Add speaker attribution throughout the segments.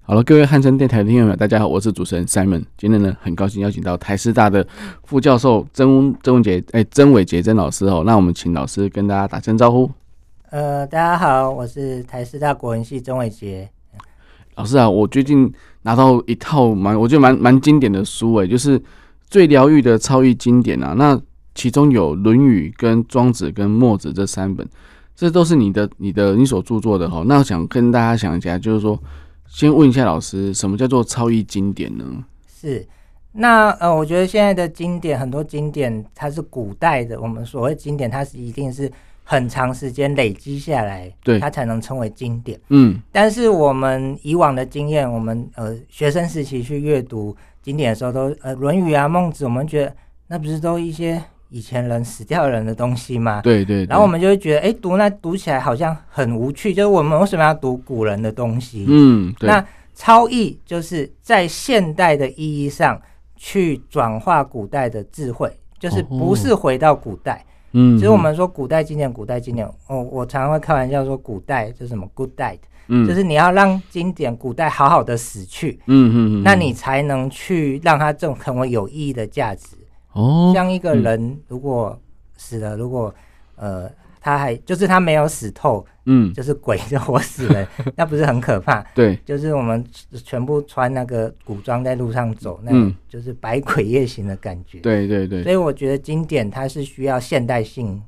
Speaker 1: 好了，各位汉声电台的听众朋友，大家好，我是主持人 Simon。今天呢，很高兴邀请到台师大的副教授曾曾文杰，哎，曾伟杰曾老师哦。那我们请老师跟大家打声招呼。
Speaker 2: 呃，大家好，我是台师大国文系钟伟杰。
Speaker 1: 老师啊，我最近拿到一套蛮，我觉得蛮蛮经典的书哎，就是最疗愈的超译经典啊。那其中有《论语》、跟《庄子》、跟《墨子》这三本，这都是你的、你的、你所著作的哦哈。那我想跟大家讲一下，就是说，先问一下老师，什么叫做超译经典呢？
Speaker 2: 是，那呃，我觉得现在的经典很多经典，它是古代的，我们所谓经典，它是一定是很长时间累积下来，
Speaker 1: 对
Speaker 2: 它才能称为经典。
Speaker 1: 嗯，
Speaker 2: 但是我们以往的经验，我们呃学生时期去阅读经典的时候都，呃《论语》啊、《孟子》，我们觉得那不是都一些以前人死掉的人的东西吗？
Speaker 1: 对对对。
Speaker 2: 然后我们就会觉得，哎，读那读起来好像很无趣，就是我们为什么要读古人的东西？
Speaker 1: 嗯，对，
Speaker 2: 那超译就是在现代的意义上去转化古代的智慧，就是不是回到古代。
Speaker 1: 哦嗯，
Speaker 2: 其实我们说古代经典，古代经典，哦，我常常会开玩笑说古代就是什么 good died，、
Speaker 1: 嗯
Speaker 2: 就是你要让经典古代好好的死去，
Speaker 1: 嗯嗯嗯，
Speaker 2: 那你才能去让它这种成为有意义的价值。
Speaker 1: 哦，
Speaker 2: 像一个人如果死了，如果呃他还就是他没有死透，
Speaker 1: 嗯，
Speaker 2: 就是鬼就活死 了，那不是很可怕？
Speaker 1: 对，
Speaker 2: 就是我们全部穿那个古装在路上走，那
Speaker 1: 嗯
Speaker 2: 就是百鬼夜行的感觉。、
Speaker 1: 对对对，
Speaker 2: 所以我觉得经典它是需要现代性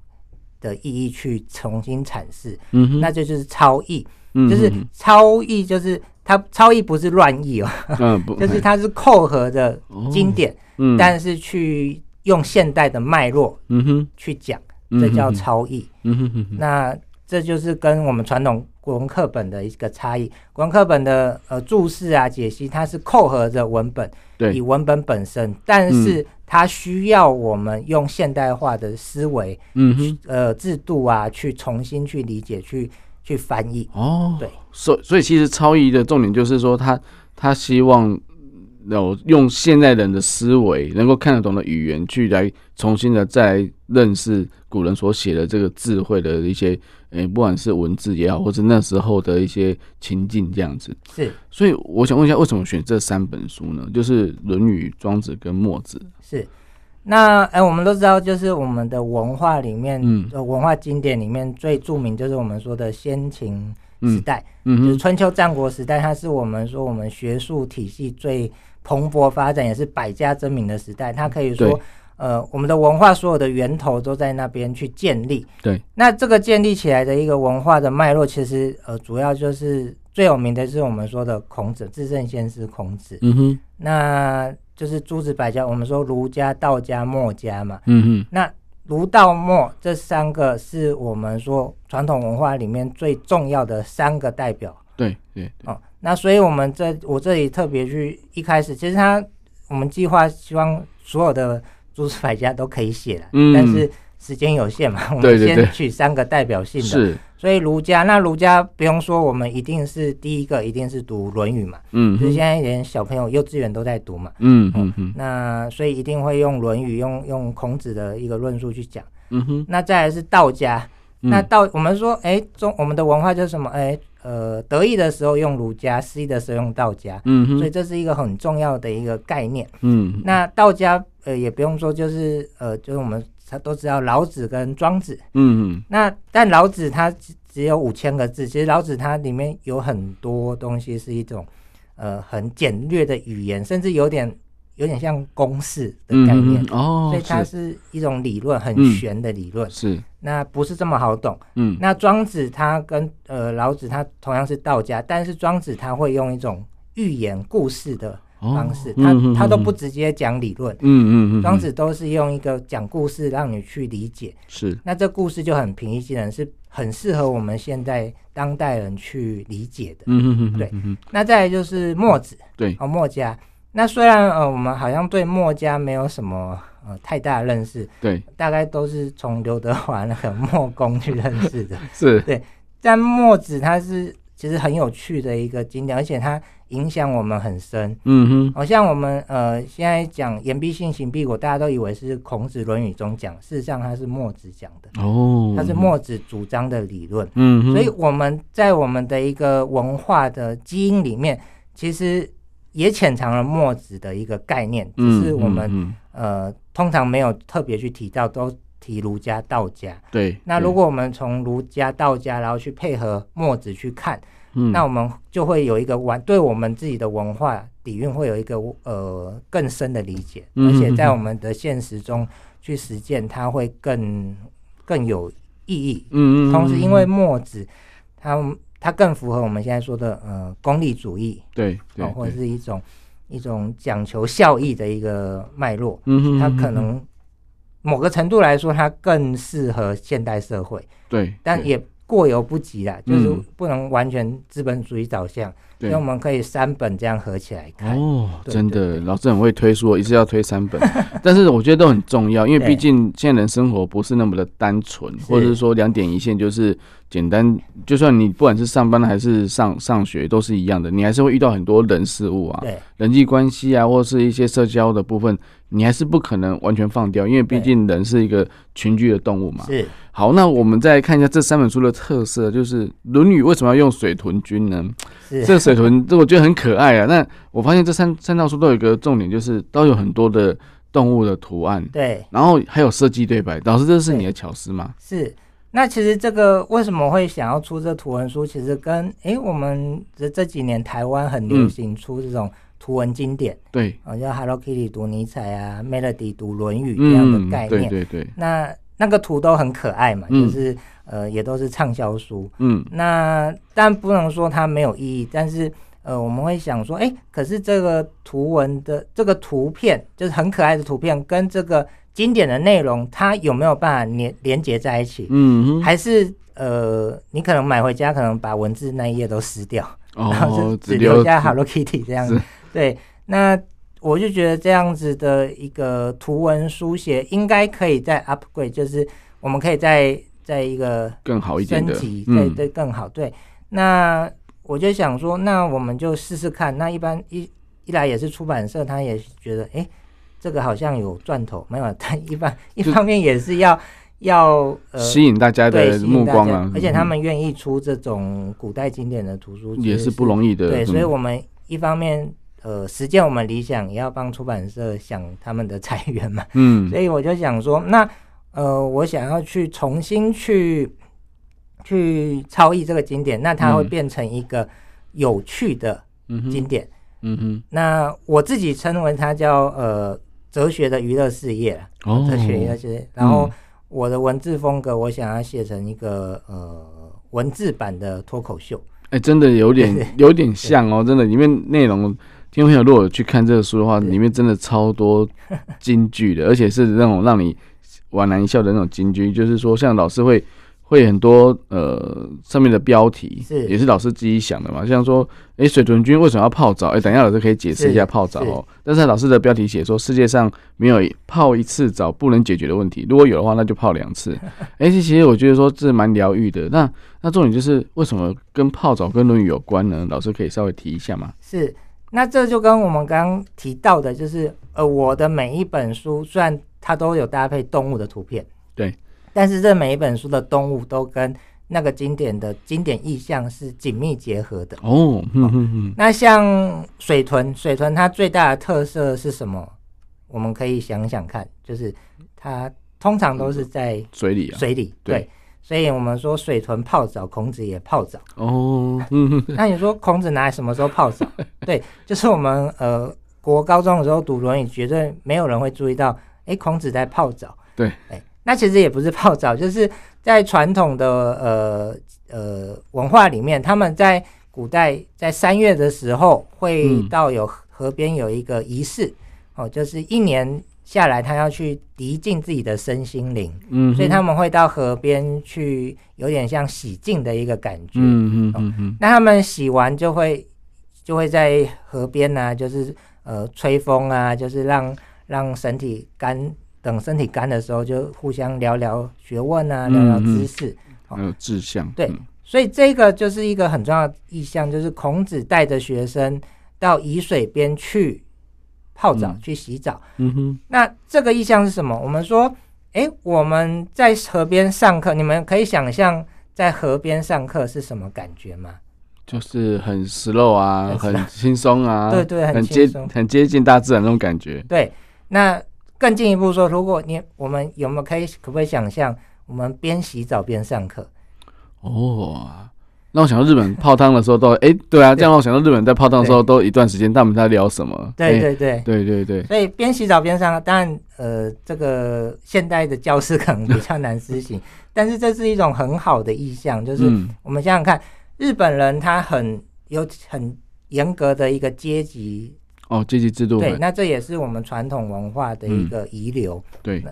Speaker 2: 的意义去重新阐释，
Speaker 1: 嗯哼，
Speaker 2: 那这就是超意，
Speaker 1: 嗯
Speaker 2: 就是
Speaker 1: 嗯
Speaker 2: 超意，就是它超意不是乱意哦，
Speaker 1: 嗯嗯，不
Speaker 2: 就是它是扣合的经典，
Speaker 1: 嗯，
Speaker 2: 但是去用现代的脉络
Speaker 1: 嗯哼，
Speaker 2: 去讲，
Speaker 1: 嗯
Speaker 2: 这叫
Speaker 1: 哼哼
Speaker 2: 超意。
Speaker 1: 嗯哼哼哼，
Speaker 2: 那这就是跟我们传统国文课本的一个差异。国文课本的呃注释啊、解析，它是扣合着文本，以
Speaker 1: 对，嗯
Speaker 2: 文本本身，但是它需要我们用现代化的思维、
Speaker 1: 嗯哼，
Speaker 2: 呃制度啊，去重新去理解、去去翻译。
Speaker 1: 哦，
Speaker 2: 对，
Speaker 1: 所所以其实超译的重点就是说他，他希望有用现代人的思维，能够看得懂的语言去来重新的再来认识古人所写的这个智慧的一些，诶、不管是文字也好，或者那时候的一些情境这样子。
Speaker 2: 是
Speaker 1: 所以我想问一下，为什么选这三本书呢？就是《论语》、《庄子》跟《墨子》。
Speaker 2: 是。那哎、呃我们都知道，就是我们的文化里面，
Speaker 1: 嗯
Speaker 2: 呃，文化经典里面最著名就是我们说的先秦时
Speaker 1: 嗯
Speaker 2: 代。
Speaker 1: 嗯
Speaker 2: 就是
Speaker 1: 哼，
Speaker 2: 春秋战国时代，它是我们说我们学术体系最蓬勃发展，也是百家争鸣的时代。它可以说
Speaker 1: 对，
Speaker 2: 呃，我们的文化所有的源头都在那边去建立。
Speaker 1: 对，
Speaker 2: 那这个建立起来的一个文化的脉络，其实呃，主要就是最有名的是我们说的孔子，至圣先师孔子。
Speaker 1: 嗯哼，
Speaker 2: 那就是诸子百家，我们说儒家、道家、墨家嘛。
Speaker 1: 嗯哼，
Speaker 2: 那儒、道、墨这三个是我们说传统文化里面最重要的三个代表。
Speaker 1: 对对对，
Speaker 2: 哦，那所以我们这我这里特别去一开始，其实他我们计划希望所有的诸子百家都可以写了，
Speaker 1: 嗯
Speaker 2: 但是时间有限嘛，我
Speaker 1: 对
Speaker 2: 们
Speaker 1: 对对
Speaker 2: 先取三个代表性的。
Speaker 1: 是，
Speaker 2: 所以儒家，那儒家不用说，我们一定是第一个，一定是读《论语》嘛，
Speaker 1: 嗯
Speaker 2: 就是
Speaker 1: 哼，
Speaker 2: 现在连小朋友幼稚园都在读嘛。
Speaker 1: 嗯哼哼，
Speaker 2: 那所以一定会用《论语》用用孔子的一个论述去讲。
Speaker 1: 嗯哼，
Speaker 2: 那再来是道家，
Speaker 1: 嗯
Speaker 2: 那道我们说，哎、中我们的文化就是什么？哎、呃，得意的时候用儒家，失意的时候用道家，
Speaker 1: 嗯
Speaker 2: 所以
Speaker 1: 哼，
Speaker 2: 这是一个很重要的一个概念。
Speaker 1: 嗯，
Speaker 2: 那道家，呃，也不用说，就是呃，就是我们都知道老子跟庄子。
Speaker 1: 嗯嗯，
Speaker 2: 那但老子他只只有五千个字，其实老子他里面有很多东西是一种呃很简略的语言，甚至有点有点像公式的概
Speaker 1: 嗯
Speaker 2: 念，
Speaker 1: 嗯嗯哦，
Speaker 2: 所以它
Speaker 1: 是
Speaker 2: 是一种理论，很
Speaker 1: 嗯
Speaker 2: 玄的理论。
Speaker 1: 是，
Speaker 2: 那不是这么好懂。
Speaker 1: 嗯，
Speaker 2: 那庄子他跟呃老子他同样是道家，但是庄子他会用一种寓言故事的
Speaker 1: 哦
Speaker 2: 方式，
Speaker 1: 嗯嗯
Speaker 2: 他他都
Speaker 1: 嗯
Speaker 2: 不直接讲理论，
Speaker 1: 嗯嗯嗯，
Speaker 2: 庄子都是用一个讲故事让你去理解。
Speaker 1: 是，
Speaker 2: 那这故事就很平易近人，是很适合我们现在当代人去理解的。
Speaker 1: 嗯嗯嗯，
Speaker 2: 对
Speaker 1: 嗯，嗯
Speaker 2: 那再来就是墨子
Speaker 1: 对，
Speaker 2: 哦，墨家。那虽然呃我们好像对墨家没有什么呃太大的认识，
Speaker 1: 对，
Speaker 2: 大概都是从刘德华那个墨工去认识的。
Speaker 1: 是，
Speaker 2: 但墨子它是其实很有趣的一个经典，而且它影响我们很深。
Speaker 1: 嗯哼，
Speaker 2: 好、像我们呃现在讲言必信，行必果，大家都以为是孔子《论语》中讲，事实上它是墨子讲的，
Speaker 1: 哦，
Speaker 2: 它是，墨子主张的理论。
Speaker 1: 嗯哼，
Speaker 2: 所以我们在我们的一个文化的基因里面，其实也潜藏了墨子的一个概念，只
Speaker 1: 嗯，
Speaker 2: 是我们、
Speaker 1: 嗯嗯
Speaker 2: 呃通常没有特别去提到，都提儒家、道家。
Speaker 1: 对，
Speaker 2: 那
Speaker 1: 对
Speaker 2: 如果我们从儒家、道家，然后去配合墨子去看，
Speaker 1: 嗯
Speaker 2: 那我们就会有一个完对我们自己的文化底蕴会有一个呃更深的理解，
Speaker 1: 嗯
Speaker 2: 而且在
Speaker 1: 嗯
Speaker 2: 我们的现实中去实践，它会更更有意义。
Speaker 1: 嗯嗯，
Speaker 2: 同时，
Speaker 1: 嗯
Speaker 2: 因为
Speaker 1: 嗯
Speaker 2: 墨子，它它更符合我们现在说的呃功利主义，
Speaker 1: 对对
Speaker 2: 哦，或者
Speaker 1: 对
Speaker 2: 是一种一种讲求效益的一个脉络。
Speaker 1: 嗯哼，
Speaker 2: 它
Speaker 1: 嗯
Speaker 2: 可
Speaker 1: 嗯
Speaker 2: 能某个程度来说，它更适合现代社会，
Speaker 1: 对，
Speaker 2: 但
Speaker 1: 对
Speaker 2: 也过犹不及啦，就是
Speaker 1: 嗯
Speaker 2: 不能完全资本主义导向，所
Speaker 1: 对
Speaker 2: 以我们可以三本这样合起来看。
Speaker 1: 哦，
Speaker 2: 对
Speaker 1: 真
Speaker 2: 对
Speaker 1: 的，老师很会推书，一次要推三本， 但是我觉得都很重要，因为
Speaker 2: 对
Speaker 1: 毕竟现在人生活不是那么的单纯，
Speaker 2: 是
Speaker 1: 或者是说两点一线，就是简单，就算你不管是上班还是上上学，都是一样的，你还是会遇到很多人事物啊，
Speaker 2: 对
Speaker 1: 人际关系啊，或是一些社交的部分，你还是不可能完全放掉，因为毕
Speaker 2: 对
Speaker 1: 竟人是一个群居的动物嘛。
Speaker 2: 是
Speaker 1: 好，那我们再看一下这三本书的特色，就是《论语》为什么要用水豚君呢？
Speaker 2: 是
Speaker 1: 这个水豚，这我觉得很可爱啊。那我发现这三三道书都有一个重点，就是都有很多的动物的图案，
Speaker 2: 对
Speaker 1: 然后还有设计对白。老师，这是你的巧思吗？
Speaker 2: 是。那其实这个为什么会想要出这图文书，其实跟诶我们这这几年台湾很流
Speaker 1: 嗯
Speaker 2: 行出这种图文经典，
Speaker 1: 对，
Speaker 2: 好、像 Hello Kitty 读尼采啊，Melody 读《论语》这样
Speaker 1: 嗯
Speaker 2: 的概，念
Speaker 1: 对。对对，
Speaker 2: 那那个图都很可爱嘛，
Speaker 1: 嗯
Speaker 2: 就是呃也都是畅销书。
Speaker 1: 嗯，
Speaker 2: 那但不能说它没有意义，但是呃我们会想说，哎、可是这个图文的这个图片就是很可爱的图片，跟这个经典的内容，它有没有办法连连接在一起？
Speaker 1: 嗯哼，
Speaker 2: 还是呃你可能买回家，可能把文字那一页都撕掉，然后
Speaker 1: 哦
Speaker 2: 就，只留下
Speaker 1: 只
Speaker 2: Hello Kitty 这样
Speaker 1: 是
Speaker 2: 子。对，那我就觉得这样子的一个图文书写应该可以再 upgrade，就是我们可以再在一个
Speaker 1: 更好一点
Speaker 2: 升
Speaker 1: 的
Speaker 2: 级，，对
Speaker 1: 嗯，
Speaker 2: 对更好。对，那我就想说，那我们就试试看。那一般一一来也是出版社，他也觉得哎、诶这个好像有赚头，没有？啊但一般一
Speaker 1: 就
Speaker 2: 方面也是要要呃。
Speaker 1: 吸引大家
Speaker 2: 对，
Speaker 1: 的
Speaker 2: 吸引
Speaker 1: 目
Speaker 2: 大
Speaker 1: 光
Speaker 2: 家
Speaker 1: 啊，
Speaker 2: 而且他
Speaker 1: 嗯
Speaker 2: 们愿意出这种古代经典的图书，其
Speaker 1: 也
Speaker 2: 实
Speaker 1: 是不容易的，
Speaker 2: 对，所以
Speaker 1: 嗯
Speaker 2: 我们一方面呃实践我们理想，也要帮出版社想他们的 财源嘛。
Speaker 1: 嗯
Speaker 2: 所以我就想说，那呃，我想要去重新去去超译这个经典，那它会
Speaker 1: 嗯
Speaker 2: 变成一个有趣的
Speaker 1: 嗯
Speaker 2: 经
Speaker 1: 哼，
Speaker 2: 典。
Speaker 1: 嗯哼，
Speaker 2: 那我自己称为它叫呃哲学的娱乐事业啦，
Speaker 1: 哦，嗯
Speaker 2: 哲学娱乐事业。然后我的文字风格，我想要写成一个呃文字版的脱口秀。
Speaker 1: 哎、真的有 点有点像哦，真的里面内容，听众朋友如果有去看这个书的话，
Speaker 2: 对
Speaker 1: 里面真的超多金句的，而且是那种让你莞然一笑的那种金句，就是说像老师会会很多呃上面的标题
Speaker 2: 是
Speaker 1: 也是老师自己想的嘛，像说哎、水豚君为什么要泡澡？哎、等一下老师可以解释一下
Speaker 2: 是
Speaker 1: 泡澡哦，但是老师的标题写说世界上没有泡一次澡不能解决的问题，如果有的话那就泡两次。 哎、其实我觉得说这蛮疗愈的。那那重点就是为什么跟泡澡跟《论语》有关呢？老师可以稍微提一下吗？
Speaker 2: 是，那这就跟我们刚刚提到的，就是呃，我的每一本书虽然它都有搭配动物的图片，
Speaker 1: 对，
Speaker 2: 但是这每一本书的动物都跟那个经典的经典意象是紧密结合的。
Speaker 1: 哦，嗯嗯
Speaker 2: 那像水豚，水豚它最大的特色是什么？我们可以想想看，就是它通常都是在
Speaker 1: 嘴里啊，
Speaker 2: 水里，
Speaker 1: 对
Speaker 2: 对，所以我们说水豚泡澡，孔子也泡澡。
Speaker 1: 哦， 嗯，
Speaker 2: 那你说孔子拿来什么时候泡澡？对，就是我们呃国高中的时候读《论语》，绝对没有人会注意到，哎，孔子在泡澡。
Speaker 1: 对，
Speaker 2: 哎，那其实也不是泡澡，就是在传统的呃呃文化里面，他们在古代在三月的时候会
Speaker 1: 嗯
Speaker 2: 到有河河边有一个仪式，哦，就是一年下来他要去涤净自己的身心灵，
Speaker 1: 嗯，
Speaker 2: 所以他们会到河边去，有点像洗净的一个感觉。哦
Speaker 1: 嗯嗯嗯嗯，
Speaker 2: 那他们洗完就会就会在河边啊，就是呃吹风啊，就是让让身体干等身体干的时候，就互相聊聊学问啊，
Speaker 1: 嗯
Speaker 2: 聊聊
Speaker 1: 嗯
Speaker 2: 知识。
Speaker 1: 还有志向，
Speaker 2: 对
Speaker 1: 嗯
Speaker 2: 所以这个就是一个很重要的意向，就是孔子带着学生到沂水边去泡澡、
Speaker 1: 嗯
Speaker 2: 去洗澡。
Speaker 1: 嗯哼，
Speaker 2: 那这个意向是什么？我们说，哎，我们在河边上课，你们可以想象在河边上课是什么感觉吗？
Speaker 1: 就是很 slow 啊，
Speaker 2: 很 slow
Speaker 1: 很轻松啊，
Speaker 2: 对对很
Speaker 1: 很
Speaker 2: 轻
Speaker 1: 接
Speaker 2: 松
Speaker 1: 很接近大自然那种感觉，
Speaker 2: 对，那更进一步说，如果你我们有没有可以可不可以想象，我们边洗澡边上课？
Speaker 1: 哦。让我想到日本泡汤的时候都，哎，对啊，这样让我想到日本在泡汤的时候都一段时间，他们在聊什么？诶
Speaker 2: 对对对。
Speaker 1: 对对对，
Speaker 2: 所以边洗澡边上课，当然，呃，这个现代的教室可能比较难施 行，但是这是一种很好的意向，就是
Speaker 1: 嗯
Speaker 2: 我们想想看，日本人他很有很严格的一个阶级，
Speaker 1: 哦，阶级制度
Speaker 2: 对，
Speaker 1: 很
Speaker 2: 那这也是我们传统文化的一个遗留。
Speaker 1: 对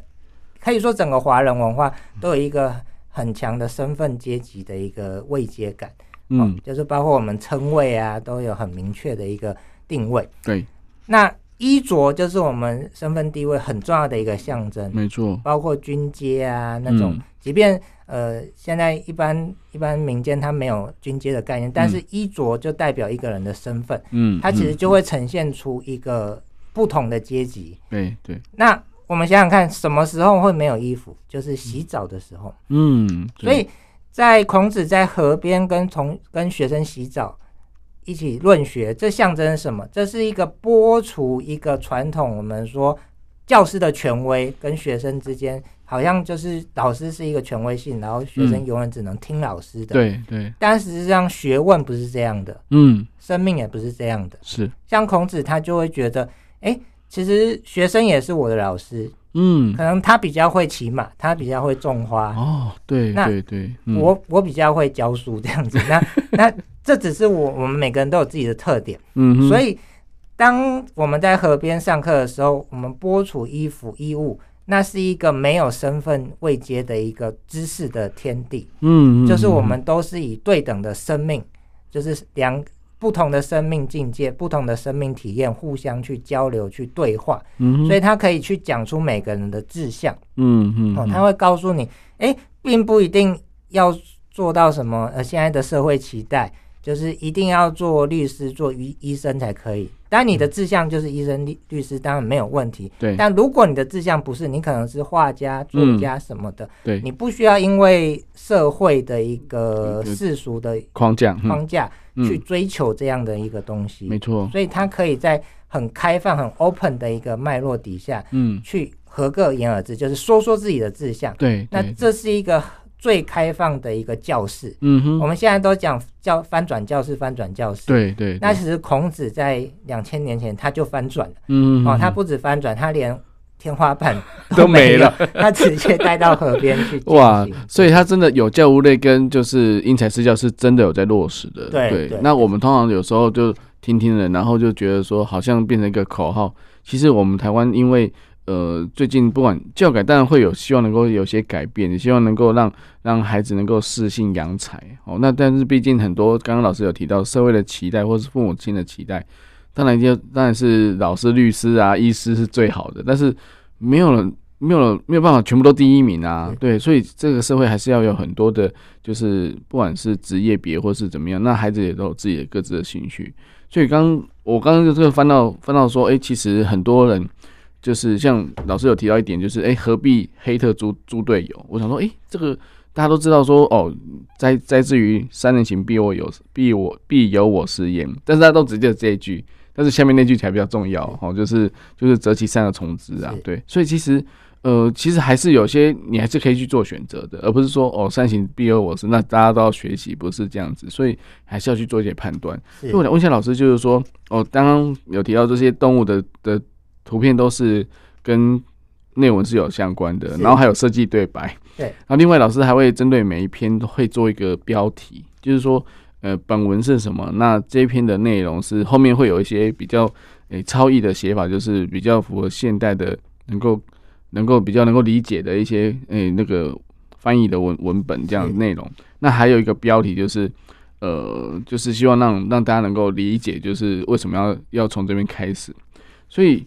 Speaker 2: 可以说整个华人文化都有一个很强的身份阶级的一个位阶感，哦
Speaker 1: 嗯，
Speaker 2: 就是包括我们称谓啊，都有很明确的一个定位。
Speaker 1: 对，
Speaker 2: 那衣着就是我们身份地位很重要的一个象征，
Speaker 1: 没错，
Speaker 2: 包括军阶啊那种，
Speaker 1: 嗯
Speaker 2: 即便呃现在一般一般民间它没有军阶的概念，但是衣着就代表一个人的身份，
Speaker 1: 嗯，
Speaker 2: 它其实
Speaker 1: 嗯
Speaker 2: 就会呈现出一个不同的阶级。
Speaker 1: 对对，
Speaker 2: 那我们想想看，什么时候会没有衣服？就是洗澡的时候。
Speaker 1: 嗯，
Speaker 2: 所以在孔子在河边跟同跟学生洗澡，一起论学，这象征什么？这是一个剥除一个传统，我们说教师的权威跟学生之间，好像就是老师是一个权威性，然后学生
Speaker 1: 嗯
Speaker 2: 永远只能听老师的。。
Speaker 1: 对对，
Speaker 2: 但实际上，学问不是这样的，
Speaker 1: 嗯，
Speaker 2: 生命也不是这样的。
Speaker 1: 是，
Speaker 2: 像孔子，他就会觉得，哎，其实学生也是我的老师，
Speaker 1: 嗯
Speaker 2: 可，能他比较会骑马，他比较会种花，
Speaker 1: 哦，对
Speaker 2: 那
Speaker 1: 对对，嗯
Speaker 2: 我我比较会教书这样子。 那那这只是我我们每个人都有自己的特点，
Speaker 1: 嗯哼，
Speaker 2: 所以当我们在河边上课的时候，我们剥除衣服衣物，那是一个没有身份位阶的一个知识的天地，
Speaker 1: 嗯，嗯
Speaker 2: 就是我们
Speaker 1: 嗯
Speaker 2: 都是以对等的生命，就是两。不同的生命境界，不同的生命体验，互相去交流、去对话，
Speaker 1: 嗯哼，
Speaker 2: 所以他可以去讲出每个人的志向。
Speaker 1: 嗯嗯，
Speaker 2: 哦，
Speaker 1: 嗯
Speaker 2: 他会告诉你，哎，并不一定要做到什么呃现在的社会期待，就是一定要做律师、做医医生才可以。当然你的志向就是医生、律律师，当然没有问题。
Speaker 1: 对
Speaker 2: 但如果你的志向不是，你可能是画家、作
Speaker 1: 嗯
Speaker 2: 家什么的，
Speaker 1: 对
Speaker 2: 你不需要因为社会的一个
Speaker 1: 对
Speaker 2: 世俗的
Speaker 1: 框架，嗯
Speaker 2: 框架
Speaker 1: 嗯
Speaker 2: 去追求这样的一个东西。
Speaker 1: 没错，
Speaker 2: 所以它可以在很开放、很 open 的一个脉络底下，
Speaker 1: 嗯，
Speaker 2: 去合个言而志，就是说说自己的志向。
Speaker 1: 对，
Speaker 2: 那
Speaker 1: 对
Speaker 2: 这是一个最开放的一个教室。
Speaker 1: 嗯
Speaker 2: 我
Speaker 1: 哼，
Speaker 2: 们现在都讲教翻转教室，翻转教室。，
Speaker 1: 对对，
Speaker 2: 那
Speaker 1: 对
Speaker 2: 其实孔子在两千年前他就翻转了、
Speaker 1: 嗯
Speaker 2: 哦，
Speaker 1: 嗯
Speaker 2: 他
Speaker 1: 嗯
Speaker 2: 不止翻转，他连天花板
Speaker 1: 都
Speaker 2: 没
Speaker 1: 没了，
Speaker 2: 有，他直接带到河边去进
Speaker 1: 哇
Speaker 2: 行，
Speaker 1: 所以他真的有教无类，跟就是因材施教是真的有在落实的。
Speaker 2: 对对
Speaker 1: 那我们通常有时候就听听人，然后就觉得说好像变成一个口号。其实我们台湾因为呃最近不管教改，当然会有希望能够有些改变，也希望能够让让孩子能够适性扬才哦。那但是毕竟很多刚刚老师有提到社会的期待，或是父母亲的期待，当然就当然是老师、律师啊、医师是最好的，但是没有人没有没有办法全部都第一名啊，对，所以这个社会还是要有很多的，就是不管是职业别或是怎么样，那孩子也都有自己的各自的兴趣。所以刚我刚刚就是翻到翻到说，哎、其实很多人就是像老师有提到一点，就是哎、诶何必黑特猪猪队友？我想说，哎、这个大家都知道说，哦，栽栽之于三人行，必有我有必我必有我师焉，但是大家都只记得这一句。但是下面那句才比较重要哦，就是就是择其善而从之啊
Speaker 2: 是，
Speaker 1: 对，所以其实呃，其实还是有些你还是可以去做选择的，而不是说哦，三行必有我师，那大家都要学习，不是这样子，所以还是要去做一些判断。
Speaker 2: 是
Speaker 1: 那我想问一下老师，就是说哦，刚刚有提到这些动物的的图片都是跟内文是有相关的，
Speaker 2: 是
Speaker 1: 然后还有设计对白，
Speaker 2: 对
Speaker 1: 然后另外老师还会针对每一篇都会做一个标题，就是说。呃，本文是什么？那这一篇的内容是后面会有一些比较诶、超译的写法，就是比较符合现代的，能够能够比较能够理解的一些诶、那个翻译的文文本这样的
Speaker 2: 是
Speaker 1: 内容。那还有一个标题就是呃，就是希望让让大家能够理解，就是为什么要要从这边开始。所以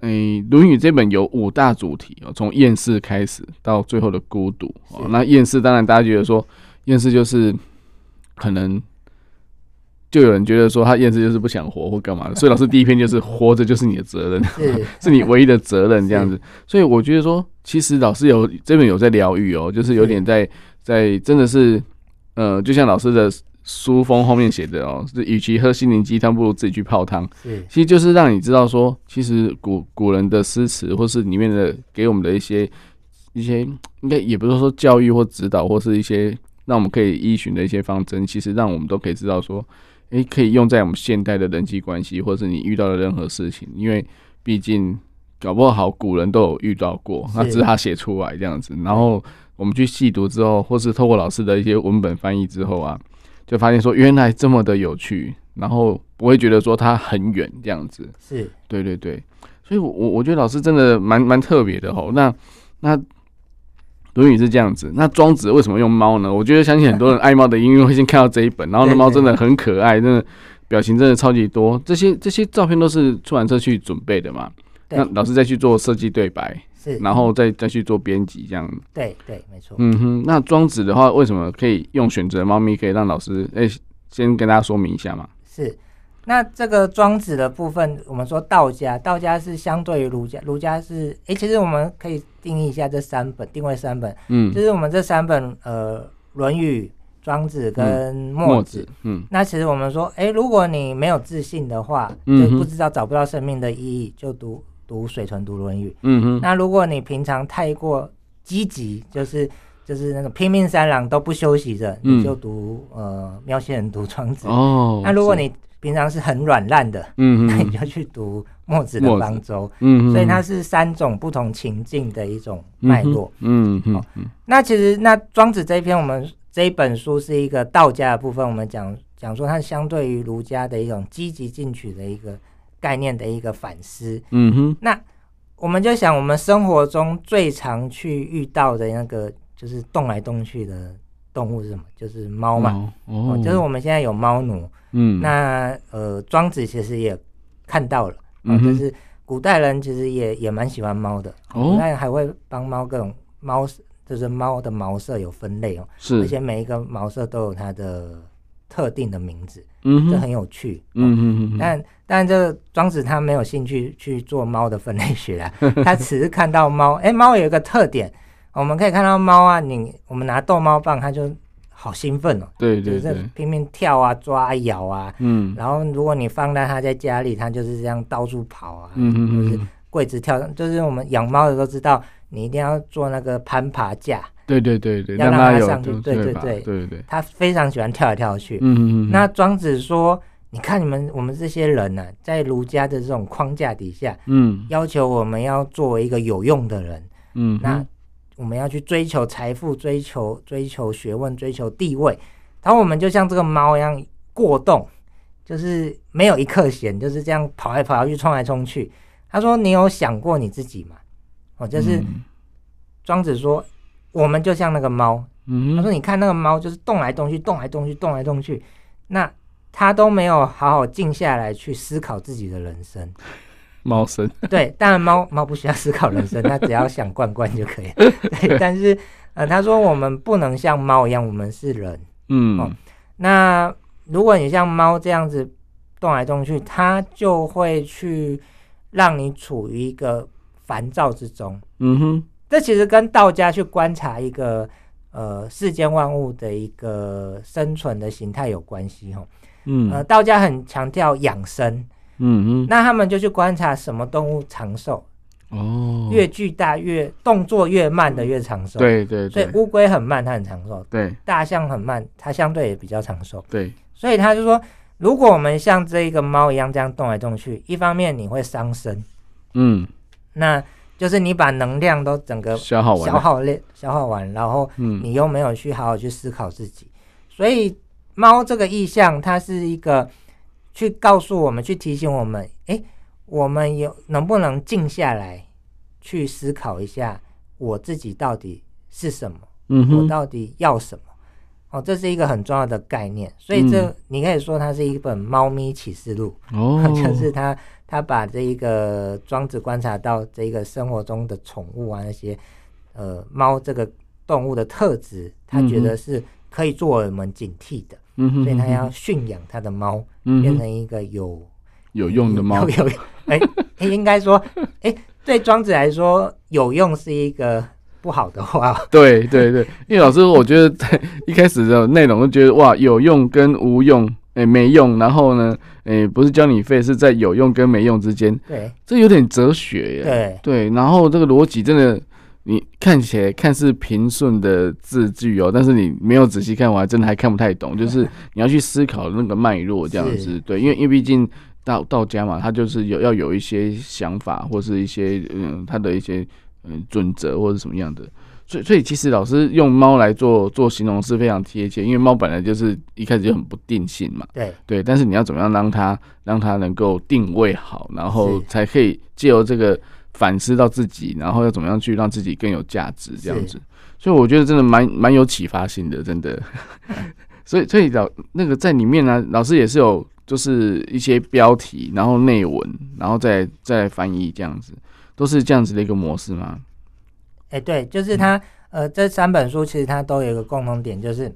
Speaker 1: 诶，《论语》这本有五大主题哦，从厌世开始到最后的孤独哦
Speaker 2: 是。
Speaker 1: 那厌世当然大家觉得说，厌世就是可能就有人觉得说他厌世就是不想活或干嘛的，所以老师第一篇就是活着就是你的责任，
Speaker 2: 是
Speaker 1: 是你唯一的责任这样子。所以我觉得说，其实老师有这本有在疗愈哦，就是有点在在真的是呃，就像老师的书封后面写的哦，是与其喝心灵鸡汤，不如自己去泡汤。
Speaker 2: 是
Speaker 1: 其实就是让你知道说，其实古古人的诗词，或是里面的给我们的一些一些，应该也不是说教育或指导，或是一些让我们可以依循的一些方针，其实让我们都可以知道说，诶、可以用在我们现代的人际关系，或是你遇到的任何事情，因为毕竟搞不好古人都有遇到过，
Speaker 2: 是
Speaker 1: 那只是他写出来这样子，然后我们去细读之后，或是透过老师的一些文本翻译之后啊，就发现说原来这么的有趣，然后不会觉得说它很远这样子。
Speaker 2: 是
Speaker 1: 对对对，所以我我我觉得老师真的蛮蛮特别的吼。那那《论语》是这样子，那庄子为什么用猫呢？我觉得相信很 多人爱猫的，因为会先看到这一本，然后那
Speaker 2: 对
Speaker 1: 猫
Speaker 2: 对
Speaker 1: 真的很可爱，真的表情真的超级多。这些这些照片都是出版社去准备的嘛？
Speaker 2: 对
Speaker 1: 那老师再去做设计对白，
Speaker 2: 是，
Speaker 1: 然后再再去做编辑这样。
Speaker 2: 对对，没错，
Speaker 1: 嗯哼，那庄子的话，为什么可以用选择猫咪？可以让老师哎、先跟大家说明一下嘛。
Speaker 2: 是。那这个庄子的部分，我们说道家，道家是相对于儒家，儒家是，诶、其实我们可以定义一下这三本，定位三本，
Speaker 1: 嗯
Speaker 2: 就，是我们这三本，呃，《论语》、庄子跟墨子。，
Speaker 1: 嗯
Speaker 2: 那其实我们说，诶，如果你没有自信的话，
Speaker 1: 嗯
Speaker 2: 就
Speaker 1: 哼
Speaker 2: 不知道找不到生命的意义，就读读水豚读《论语》。
Speaker 1: 嗯哼，
Speaker 2: 那如果你平常太过积极，就是就是那种拼命三郎都不休息着，
Speaker 1: 嗯
Speaker 2: 你就读、呃喵星人读庄子。
Speaker 1: 哦，
Speaker 2: 那如果
Speaker 1: 是
Speaker 2: 你平常是很软烂的，
Speaker 1: 嗯
Speaker 2: 那
Speaker 1: 哼
Speaker 2: 你就去读墨子
Speaker 1: 墨
Speaker 2: 的
Speaker 1: 子
Speaker 2: 方舟。
Speaker 1: 嗯，
Speaker 2: 所以它
Speaker 1: 是
Speaker 2: 是三种不同情境的一种脉络。，
Speaker 1: 嗯哼嗯哼，
Speaker 2: 那其实那庄子这一篇，我们这一本书是一个道家的部分，我们讲讲说它相对于儒家的一种积极进取的一个概念的一个反思。
Speaker 1: 嗯哼，
Speaker 2: 那我们就想，我们生活中最常去遇到的那个就是动来动去的动物是什么？就是猫嘛。
Speaker 1: 哦，
Speaker 2: 就是我们现在有猫奴。
Speaker 1: 嗯，
Speaker 2: 那呃，庄子其实也看到了，哦
Speaker 1: 嗯哼
Speaker 2: 就是古代人其实也也蛮喜欢猫的，古
Speaker 1: 哦
Speaker 2: 代人还会帮猫各种猫，就是猫的毛色有分类哦，而
Speaker 1: 是，
Speaker 2: 且每一个毛色都有它的特定的名字，
Speaker 1: 嗯
Speaker 2: 这
Speaker 1: 哼，
Speaker 2: 很有趣。哦
Speaker 1: 嗯哼，
Speaker 2: 但但这个庄子他没有兴趣去做猫的分类学啊， 他只是看到猫，哎、猫有一个特点，我们可以看到猫啊，你我们拿逗猫棒，它就好兴奋哦，
Speaker 1: 对
Speaker 2: 就
Speaker 1: 对
Speaker 2: 是
Speaker 1: 对，
Speaker 2: 拼命跳啊、抓啊、咬啊。
Speaker 1: 嗯
Speaker 2: 然后如果你放在它在家里，它就是这样到处跑啊，
Speaker 1: 嗯
Speaker 2: 就是
Speaker 1: 哼，
Speaker 2: 柜子跳，就是我们养猫的都知道，你一定要做那个攀爬架，
Speaker 1: 对对对对，
Speaker 2: 要让
Speaker 1: 它
Speaker 2: 它
Speaker 1: 有
Speaker 2: 上去对对
Speaker 1: 吧
Speaker 2: 对
Speaker 1: 对对，
Speaker 2: 它非常喜欢跳来跳去。
Speaker 1: 嗯嗯，
Speaker 2: 那庄子说。你看你们我们这些人呢、啊，在儒家的这种框架底下，
Speaker 1: 嗯
Speaker 2: 要求我们要作为一个有用的人，
Speaker 1: 嗯，
Speaker 2: 那我们要去追求财富、追求追求学问、追求地位。然后我们就像这个猫一样过动，就是没有一刻闲，就是这样跑来跑去、冲来冲去。他说：“你有想过你自己吗？”哦，就是
Speaker 1: 嗯
Speaker 2: 庄子说，我们就像那个猫。
Speaker 1: 嗯，
Speaker 2: 他说：“你看那个猫，就是动来动去、动来动去、动来动去，那它都没有好好静下来去思考自己的人生。”
Speaker 1: 猫神，
Speaker 2: 对，当然猫猫不需要思考人生， 它只要想罐罐就可以 了。对，但是呃，他说我们不能像猫一样，我们是人。
Speaker 1: 嗯
Speaker 2: 那如果你像猫这样子动来动去，它就会去让你处于一个烦躁之中。
Speaker 1: 嗯哼，
Speaker 2: 这其实跟道家去观察一个呃世间万物的一个生存的形态有关系哈。呃，
Speaker 1: 嗯
Speaker 2: 道家很强调养生，
Speaker 1: 嗯
Speaker 2: 那他们就去观察什么动物长寿。
Speaker 1: 嗯，哦，
Speaker 2: 越巨大越动作越慢的越长寿。，
Speaker 1: 对对
Speaker 2: 所以
Speaker 1: 对
Speaker 2: 乌龟很慢，它很长寿；
Speaker 1: 对
Speaker 2: 大象很慢，它相对也比较长寿。
Speaker 1: 对，
Speaker 2: 所以他就说，如果我们像这一个猫一样这样动来动去，一方面你会伤身，
Speaker 1: 嗯，
Speaker 2: 那就是你把能量都整个
Speaker 1: 消耗
Speaker 2: 消
Speaker 1: 完，
Speaker 2: 耗累消耗完，然后
Speaker 1: 嗯
Speaker 2: 你又没有去好好去思考自己，所以猫这个意象，它是一个去告诉我们、去提醒我们，诶，我们有能不能静下来去思考一下，我自己到底是什么，
Speaker 1: 嗯
Speaker 2: 我
Speaker 1: 哼，
Speaker 2: 到底要什么？哦，这是一个很重要的
Speaker 1: 嗯 Ừ,
Speaker 2: 概念，所以这、你可以说它是一本猫咪启示录，
Speaker 1: 哦，
Speaker 2: 就是它他把这一个庄子观察到这一个生活中的宠物啊那些，呃，猫这个动物的特质，他觉
Speaker 1: 嗯
Speaker 2: 得是可以作为我们警惕的，
Speaker 1: 嗯哼，
Speaker 2: 所以他要驯养他的猫，
Speaker 1: 嗯
Speaker 2: 变
Speaker 1: 哼
Speaker 2: 成一个有
Speaker 1: 有用的猫
Speaker 2: 有，有，哎、哎应该说，哎、对庄子来说，有用是一个不好的话，
Speaker 1: 对对对，因为老师，我觉得在 一开始的内容就觉得哇，有用跟无用，哎、没用，然后呢，哎、不是交你费，是在有用跟没用之间，
Speaker 2: 对
Speaker 1: 这有点哲学耶。
Speaker 2: 对
Speaker 1: 对，然后这个逻辑真的，你看起来看似平顺的字句哦，但是你没有仔细看，我还真的还看不太懂，就是你要去思考那个脉络这样子。
Speaker 2: 是
Speaker 1: 对，因为因为毕竟道道家嘛，他就是有要有一些想法或是一些嗯他的一些嗯准则或者什么样的。所以，所以其实老师用猫来做做形容是非常贴切，因为猫本来就是一开始就很不定性嘛，
Speaker 2: 对
Speaker 1: 对，但是你要怎么样让它让它能够定位好，然后
Speaker 2: 是
Speaker 1: 才可以借由这个反思到自己，然后要怎么样去让自己更有价值这样子。所以我觉得真的蛮蛮有启发性的，真的。
Speaker 2: 嗯
Speaker 1: 所以所以老那个在里面呢、老师也是有就是一些标题，然后内文，然后再再来翻译这样子，都是这样子的一个模式吗？
Speaker 2: 哎、对，就是他、
Speaker 1: 嗯
Speaker 2: 呃，这三本书其实它都有一个共同点，就是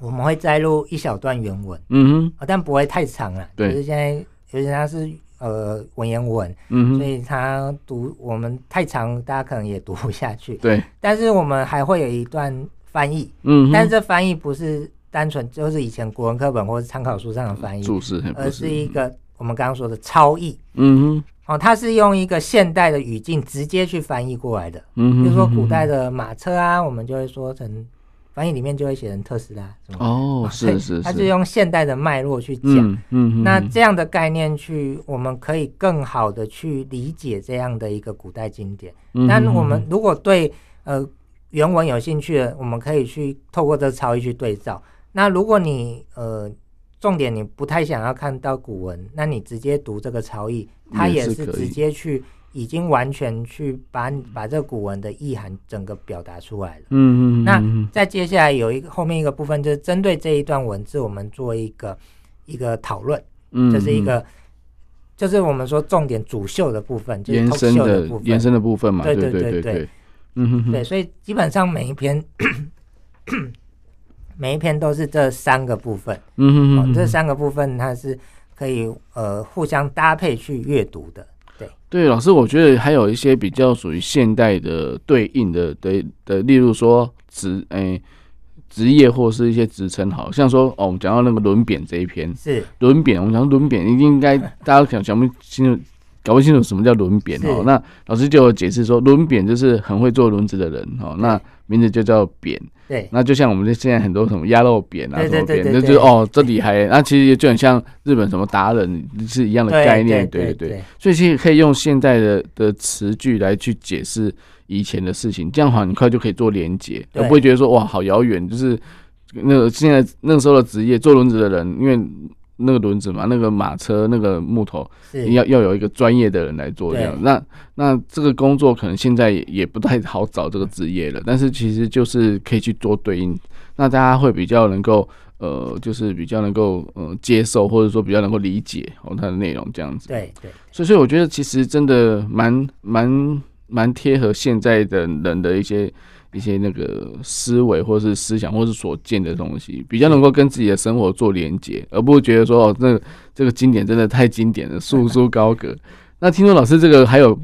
Speaker 2: 我们会摘录一小段原文，
Speaker 1: 嗯哼，
Speaker 2: 啊但不会太长了。
Speaker 1: 对
Speaker 2: 就是现在，尤其它是呃文言文，
Speaker 1: 嗯
Speaker 2: 所
Speaker 1: 哼，
Speaker 2: 以它读我们太长，大家可能也读不下去。
Speaker 1: 对，
Speaker 2: 但是我们还会有一段翻译，
Speaker 1: 嗯
Speaker 2: 但是
Speaker 1: 哼，
Speaker 2: 这翻译不是单纯就是以前国文课本或是参考书上的翻译，
Speaker 1: 注释还不
Speaker 2: 而
Speaker 1: 是嗯
Speaker 2: 是一，个我们刚刚说的超译。
Speaker 1: 嗯哼，
Speaker 2: 哦，它是用一个现代的语境直接去翻译过来的。
Speaker 1: 嗯哼，
Speaker 2: 比如说古代
Speaker 1: 的
Speaker 2: 的马车啊，我们就会说成翻译里面就会写成特斯拉什么。
Speaker 1: 哦，
Speaker 2: 对
Speaker 1: 是是
Speaker 2: 它是
Speaker 1: 是，
Speaker 2: 用现代的脉络去讲。
Speaker 1: 嗯嗯，
Speaker 2: 那
Speaker 1: 嗯
Speaker 2: 这样的概念去，我们可以更好的去理解这样的一个古代经典。那
Speaker 1: 嗯
Speaker 2: 我们如果对呃原文有兴趣的，我们可以去透过这超译去对照。那如果你呃重点你不太想要看到古文，那你直接读这个超译，它
Speaker 1: 也
Speaker 2: 也
Speaker 1: 是
Speaker 2: 是
Speaker 1: 可以
Speaker 2: 直接去已经完全去把把这个古文的意涵整个表达出来了。
Speaker 1: 嗯嗯，
Speaker 2: 那
Speaker 1: 嗯
Speaker 2: 再接下来有一个后面一个部分，就是针对这一段文字，我们做一个一个讨论。
Speaker 1: 嗯
Speaker 2: 这是一个，就是我们说重点主秀的部分，就是
Speaker 1: 延
Speaker 2: talk
Speaker 1: 伸
Speaker 2: show
Speaker 1: 的
Speaker 2: 部分。
Speaker 1: 延伸的部分嘛，
Speaker 2: 对
Speaker 1: 对
Speaker 2: 对
Speaker 1: 对
Speaker 2: 对对
Speaker 1: 对，嗯哼
Speaker 2: 对，
Speaker 1: 哼，
Speaker 2: 所以基本上每一篇 每一篇都是这三个部分，
Speaker 1: 嗯哼
Speaker 2: 哦
Speaker 1: 哼，
Speaker 2: 这
Speaker 1: 哼，
Speaker 2: 三个部分它是可以呃互相搭配去阅读的。
Speaker 1: 对老师，我觉得还有一些比较属于现代的对应的的的，例如说职诶职业或是一些职称，好像说哦，我们讲到那个轮扁这一篇，
Speaker 2: 是
Speaker 1: 轮扁，我们讲轮扁，应该大家想想不清楚。搞不清楚什么叫轮扁
Speaker 2: 是
Speaker 1: 哦，那老师就有解释说，轮扁就是很会做轮子的人哦，那名字就叫扁。
Speaker 2: 对
Speaker 1: 那就像我们这现在很多什么鸭肉扁啊，
Speaker 2: 对
Speaker 1: 什
Speaker 2: 对
Speaker 1: 么扁，
Speaker 2: 对
Speaker 1: 就
Speaker 2: 对
Speaker 1: 就
Speaker 2: 对
Speaker 1: 是哦，这里还 那其实就很像日本什么达人是一样的
Speaker 2: 对
Speaker 1: 概念，
Speaker 2: 对
Speaker 1: 对
Speaker 2: 对对
Speaker 1: 所以其实可以用现代的的词句来去解释以前的事情，这样好像很快就可以做连接，而
Speaker 2: 对
Speaker 1: 不会觉得说哇好遥远，就是那个现在那个时候的职业做轮子的人，因为那个轮子嘛，那个马车那个木头，
Speaker 2: 是
Speaker 1: 要要有一个专业的人来做这样。
Speaker 2: 对
Speaker 1: 那那这个工作可能现在也也不太好找这个职业
Speaker 2: 嗯
Speaker 1: 了，但是其实就是可以去做对应，那大家会比较能够呃，就是比较能够呃接受，或者说比较能够理解哦它的内容这样子。，
Speaker 2: 对对
Speaker 1: 所以所以我觉得其实真的蛮蛮蛮贴合现在的人的一些。一些那个思维或是思想或是所见的东西，比较能够跟自己的生活做连接，而不会觉得说哦，那这个经典真的太经典了， 束之高阁。那听说老师这个还有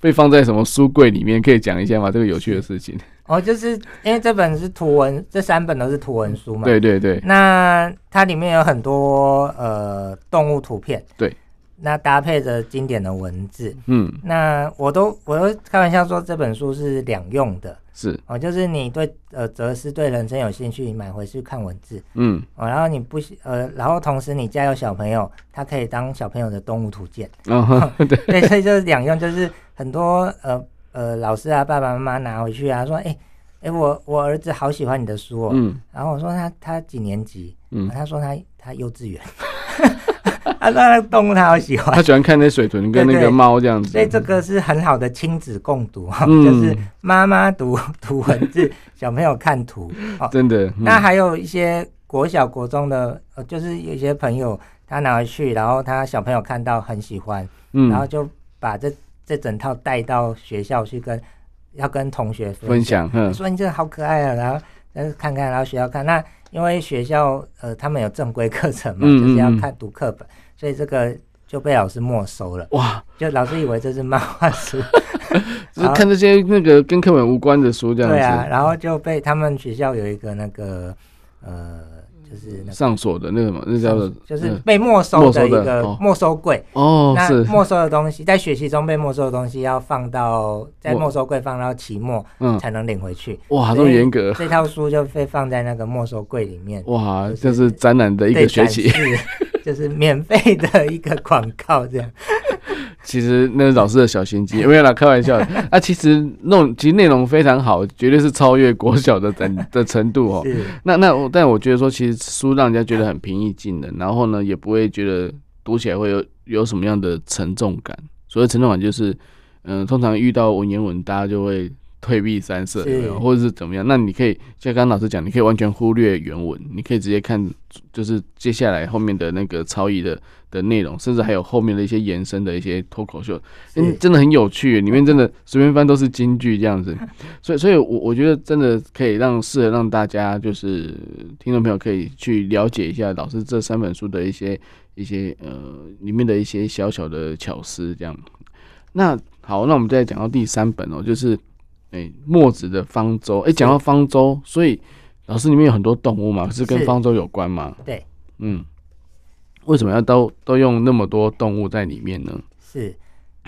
Speaker 1: 被放在什么书柜里面，可以讲一下吗？这个有趣的事情。
Speaker 2: 哦，就是因为这本是图文，这三本都是图文书嘛。
Speaker 1: 对对 对，
Speaker 2: 那它里面有很多呃动物图片，
Speaker 1: 对，
Speaker 2: 那搭配着经典的文字，
Speaker 1: 嗯，
Speaker 2: 那我都我都开玩笑说这本书是两用的
Speaker 1: 是，
Speaker 2: 哦，就是你对呃哲思对人生有兴趣，你买回去看文字
Speaker 1: 嗯，
Speaker 2: 哦，然后你不喜呃，然后同时你家有小朋友，他可以当小朋友的动物图 鉴，
Speaker 1: 然后对，
Speaker 2: 对，所以就是两用，就是很多呃呃老师啊爸爸妈妈拿回去啊说，哎、哎、我我儿子好喜欢你的书哦，
Speaker 1: 嗯
Speaker 2: 然后我说他他几年级，
Speaker 1: 嗯
Speaker 2: 啊，他说他他幼稚园， 他说他动物他好喜欢
Speaker 1: 他。喜欢看那水豚跟那
Speaker 2: 对
Speaker 1: 个
Speaker 2: 对
Speaker 1: 猫这样子。
Speaker 2: 所以这个是很好的亲子共读 哈、
Speaker 1: 嗯
Speaker 2: 就是妈妈读读文 字，小朋友看图。哦，
Speaker 1: 真的，嗯
Speaker 2: 那还有一些国小国中的，呃，就是有一些朋友他拿回去，然后他小朋友看到很喜欢，
Speaker 1: 嗯，
Speaker 2: 然后就把这这整套带到学校去跟要跟同学
Speaker 1: 分享，哼，
Speaker 2: 说你这个好可爱啊，然后但是看看，然后学校看那，因为学校呃他们有正规课程嘛，
Speaker 1: 嗯
Speaker 2: 就是要
Speaker 1: 嗯嗯
Speaker 2: 看读课本，所以这个就被老师没收了，
Speaker 1: 嗯哇，
Speaker 2: 就老师以为这是漫画 书，
Speaker 1: 就是看这些那个跟课本无关的书这样
Speaker 2: 啊对啊，
Speaker 1: 子，
Speaker 2: 然后就被他们学校有一个那个呃就是那个。
Speaker 1: 上锁的那个什么，那叫做
Speaker 2: 就是
Speaker 1: 嗯
Speaker 2: 被没收
Speaker 1: 没收
Speaker 2: 的一
Speaker 1: 的
Speaker 2: 个
Speaker 1: 哦
Speaker 2: 没收柜，
Speaker 1: 哦，
Speaker 2: 那
Speaker 1: 是，
Speaker 2: 没收的东西，在学习中被没收的东西要放到在
Speaker 1: 我
Speaker 2: 没收柜放到期末
Speaker 1: 嗯，
Speaker 2: 才能领回去。
Speaker 1: 哇，这
Speaker 2: 所
Speaker 1: 么
Speaker 2: 以
Speaker 1: 严格，
Speaker 2: 这套书就被放在那个没收柜里面，
Speaker 1: 哇，
Speaker 2: 就是
Speaker 1: 这是展览哦的一
Speaker 2: 对
Speaker 1: 个学期。
Speaker 2: 展示 就是免费的一个广告这样。
Speaker 1: 其实那是老师的小心机，没有啦，开玩笑的。啊，其实弄其实内容非常好，绝对是超越国小的等的程度哦。
Speaker 2: 是，
Speaker 1: 那那我但我觉得说，其实书让人家觉得很平易近人，然后呢也不会觉得读起来会有有什么样的沉重感。所谓沉重感就是，嗯、通常遇到文言文，大家就会退避三舍，
Speaker 2: 是
Speaker 1: 有没有或者是怎么样。那你可以像刚刚老师讲，你可以完全忽略原文，你可以直接看就是接下来后面的那个超译的的内容，甚至还有后面的一些延伸的一些脱口秀，
Speaker 2: 是
Speaker 1: 嗯，真的很有趣，里面真的随便翻都是金句这样 子，所以，所以我我觉得真的可以让适合让大家就是听众朋友可以去了解一下老师这三本书的一些一些呃里面的一些小小的巧思这样。那好，那我们再讲到第三本哦，就是哎、墨子的方舟。哎、讲到方舟，所以老师里面有很多动物嘛，是跟
Speaker 2: 是
Speaker 1: 方舟有关嘛？
Speaker 2: 对，
Speaker 1: 嗯，为什么要都都用那么多动物在里面呢？
Speaker 2: 是。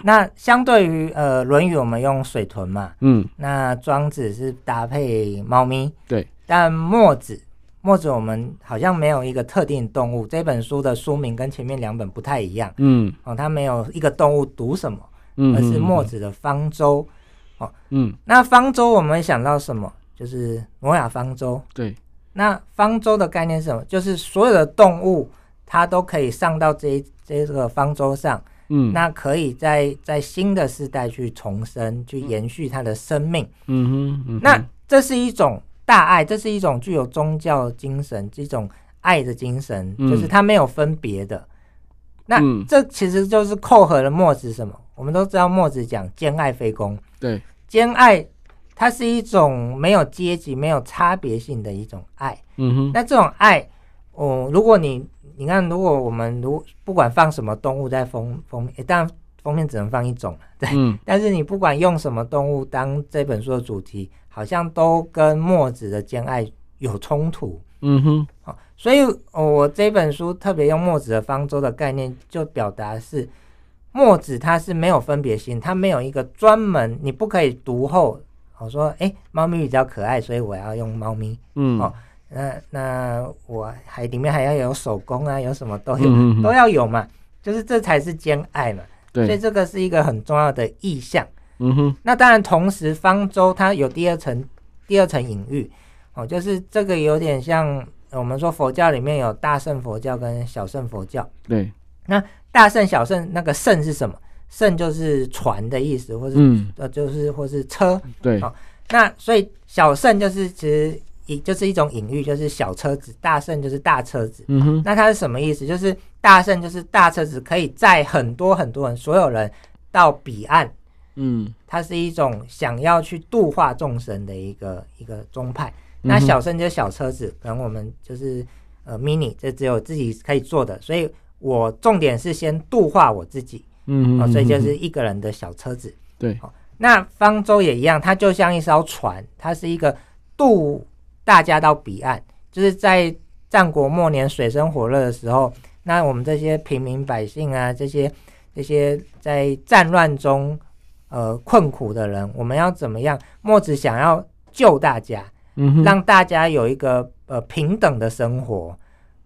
Speaker 2: 那相对于呃《论语》，我们用水豚嘛，
Speaker 1: 嗯，
Speaker 2: 那庄子是搭配猫咪，
Speaker 1: 对。
Speaker 2: 但墨子，墨子我们好像没有一个特定动物。这本书的书名跟前面两本不太一样
Speaker 1: 嗯
Speaker 2: 哦，它没有一个动物读什么，
Speaker 1: 嗯，
Speaker 2: 而是
Speaker 1: 嗯
Speaker 2: 墨，子的方舟。
Speaker 1: 嗯，
Speaker 2: 那方舟我们会想到什么？就是挪亚方舟。
Speaker 1: 对，
Speaker 2: 那方舟的概念是什么？就是所有的动物它都可以上到这一这个方舟上，
Speaker 1: 嗯，
Speaker 2: 那可以在在新的世代去重生，去延续它的生命。
Speaker 1: 嗯哼，嗯哼
Speaker 2: 那这是一种大爱，这是一种具有宗教精神、这种爱的精神，
Speaker 1: 嗯
Speaker 2: 就是它没有分别的。那
Speaker 1: 嗯
Speaker 2: 这其实就是扣合了墨子什么？我们都知道墨子讲兼爱非攻，
Speaker 1: 对，
Speaker 2: 兼爱它是一种没有阶级、没有差别性的一种爱。
Speaker 1: 嗯哼，
Speaker 2: 那这种爱，哦，如果你你看，如果我们如不管放什么动物在封封面，诶当然封面只能放一种了，对。
Speaker 1: 嗯
Speaker 2: 但是你不管用什么动物当这本书的主题，好像都跟墨子的兼爱有冲突。
Speaker 1: 嗯哼，
Speaker 2: 哦，所以、哦、我这本书特别用墨子的方舟的概念，就表达是墨子他是没有分别心，他没有一个专门，你不可以读后，我、说诶，猫咪比较可爱，所以我要用猫咪。
Speaker 1: 嗯，
Speaker 2: 哦那那我还里面还要有手工啊，有什么都有、
Speaker 1: 嗯嗯
Speaker 2: 都
Speaker 1: 嗯，
Speaker 2: 要有嘛，就是这才是兼爱嘛。所以
Speaker 1: 对，
Speaker 2: 这个是一个很重要的意象。
Speaker 1: 嗯哼，
Speaker 2: 那当然，同时方舟它有第二层第二层隐喻哦，就是这个有点像呃我们说佛教里面有大乘佛教跟小乘佛教，
Speaker 1: 对，
Speaker 2: 大乘小乘那个乘是什么？乘就是船的意思，或是、哦
Speaker 1: 嗯，
Speaker 2: 呃就是或是车。
Speaker 1: 对，
Speaker 2: 好那所以小乘就是其实也就是一种隐喻，就是小车子；大乘就是大车子。
Speaker 1: 嗯哼，
Speaker 2: 那它是什么意思？就是大圣就是大车子可以载很多很多人，所有人到彼岸，
Speaker 1: 嗯，
Speaker 2: 它是一种想要去度化众生的一个一个宗派。
Speaker 1: 嗯哼
Speaker 2: 那小圣就是小车子，可能我们就是呃 mini，这只有自己可以做的，所以我重点是先度化我自己
Speaker 1: 嗯
Speaker 2: 啊、
Speaker 1: 哼，
Speaker 2: 所以就
Speaker 1: 嗯
Speaker 2: 是哦
Speaker 1: 哼
Speaker 2: 一个人的小车子。
Speaker 1: 对，
Speaker 2: 那方舟也一样，它就像一艘船，它是一个渡大家到彼岸，就是在战国末年水深火热的时候，那我们这些平民百姓啊，这些这些在战乱中呃困苦的人，我们要怎么样？墨子想要救大家，
Speaker 1: 嗯哼，
Speaker 2: 让大家有一个呃平等的生活，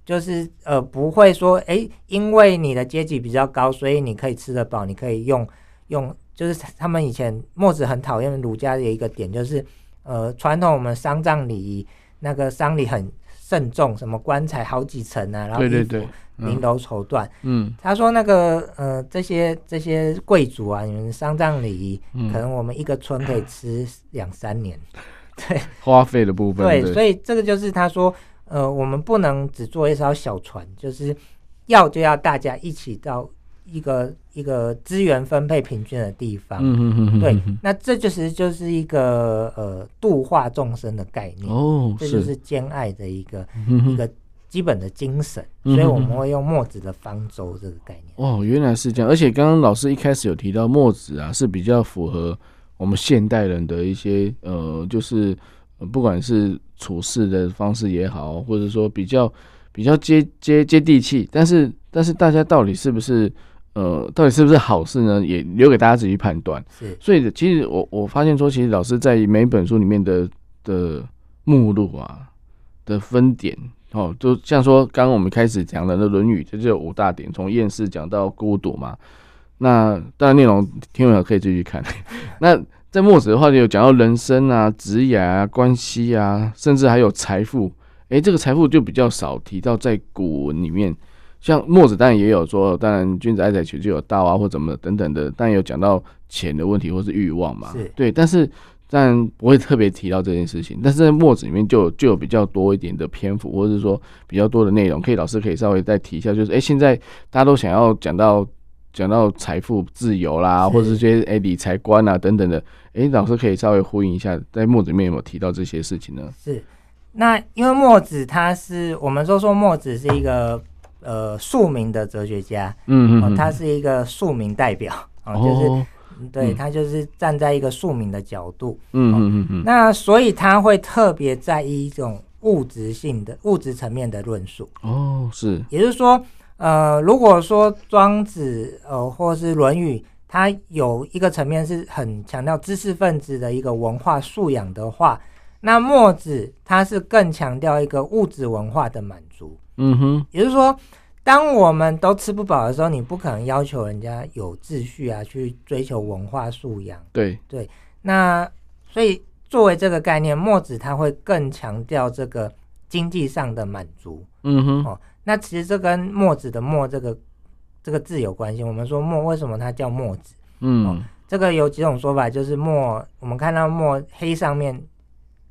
Speaker 2: 就是呃不会说诶，因为你的阶级比较高，所以你可以吃得饱，你可以用用，就是他们以前墨子很讨厌儒家的一个点，就是呃传统我们丧葬礼仪那个丧礼很慎重，什么棺材好几层啊，然后
Speaker 1: 对对
Speaker 2: 衣
Speaker 1: 对
Speaker 2: 服，绫
Speaker 1: 嗯
Speaker 2: 楼绸缎，
Speaker 1: 嗯
Speaker 2: 他说那个呃这些这些贵族啊，你们丧葬礼仪、可
Speaker 1: 嗯，
Speaker 2: 能我们一个村可以吃两三年，对。
Speaker 1: 花费的部分，
Speaker 2: 对，所
Speaker 1: 以
Speaker 2: 以这个就是他说，呃，我们不能只做一艘小船，就是要就要大家一起到一个一个资源分配平均的地方。
Speaker 1: 嗯哼哼哼，
Speaker 2: 对
Speaker 1: 哼，
Speaker 2: 那这就是就是一个呃度化众生的概念，
Speaker 1: 哦，
Speaker 2: 这就是兼爱的一个
Speaker 1: 嗯
Speaker 2: 一
Speaker 1: 哼
Speaker 2: 个基本的精神。
Speaker 1: 嗯
Speaker 2: 所
Speaker 1: 哼
Speaker 2: 以我们会用墨子的方舟这个概念。
Speaker 1: 哦，原来是这样。而且刚刚老师一开始有提到墨子啊，是比较符合我们现代人的一些呃，就是、呃不管是处事的方式也好，或者说比较比较接接接地气。但是但是大家到底是不是呃，到底是不是好事呢？也留给大家自己去判断。
Speaker 2: 是
Speaker 1: 所以其实我我发现说，其实老师在每一本书里面的的目录啊的分点。哦，就像说刚刚我们开始讲的那《论语》，这就有五大点，从厌世讲到孤独嘛。那当然内容听友可以继续看。那在墨子的话，就有讲到人生啊、职涯啊、关系啊，甚至还有财富。诶，这个财富就比较少提到在古文里面。像墨子当然也有说，当然君子爱财，取之有道啊，或怎么的等等的，但也有讲到钱的问题或是欲望嘛
Speaker 2: 是。
Speaker 1: 对，但是但不会特别提到这件事情。但是在墨子里面就有就有比较多一点的篇幅，或者是说比较多的内容，可以老师可以稍微再提一下，就是诶，现在大家都想要讲到讲到财富自由啦，
Speaker 2: 是
Speaker 1: 或者是一些诶理财观啊等等的，诶，老师可以稍微呼应一下，在墨子里面有没有提到这些事情呢？
Speaker 2: 是，那因为墨子他是我们都说墨子是一个呃庶民的哲学家，
Speaker 1: 嗯
Speaker 2: 哦，他是一个庶民代表，哦，就是
Speaker 1: 哦，
Speaker 2: 对
Speaker 1: 嗯
Speaker 2: 他就是站在一个庶民的角度，
Speaker 1: 嗯嗯嗯嗯，
Speaker 2: 那所以他会特别在意一种物质性的物质层面的论述，
Speaker 1: 哦是，
Speaker 2: 也就是说，呃，如果说庄子呃或是《论语》，它有一个层面是很强调知识分子的一个文化素养的话，那墨子他是更强调一个物质文化的满足，
Speaker 1: 嗯哼，
Speaker 2: 也就是说。当我们都吃不饱的时候，你不可能要求人家有秩序啊，去追求文化素养。
Speaker 1: 对，
Speaker 2: 那所以作为这个概念，墨子他会更强调这个经济上的满足。
Speaker 1: 嗯哼，
Speaker 2: 哦那其实这跟墨子的“墨”这个这个字有关系。我们说“墨”，为什么它叫墨子？
Speaker 1: 嗯
Speaker 2: 这个有几种说法，就是“墨”，我们看到“墨”黑上面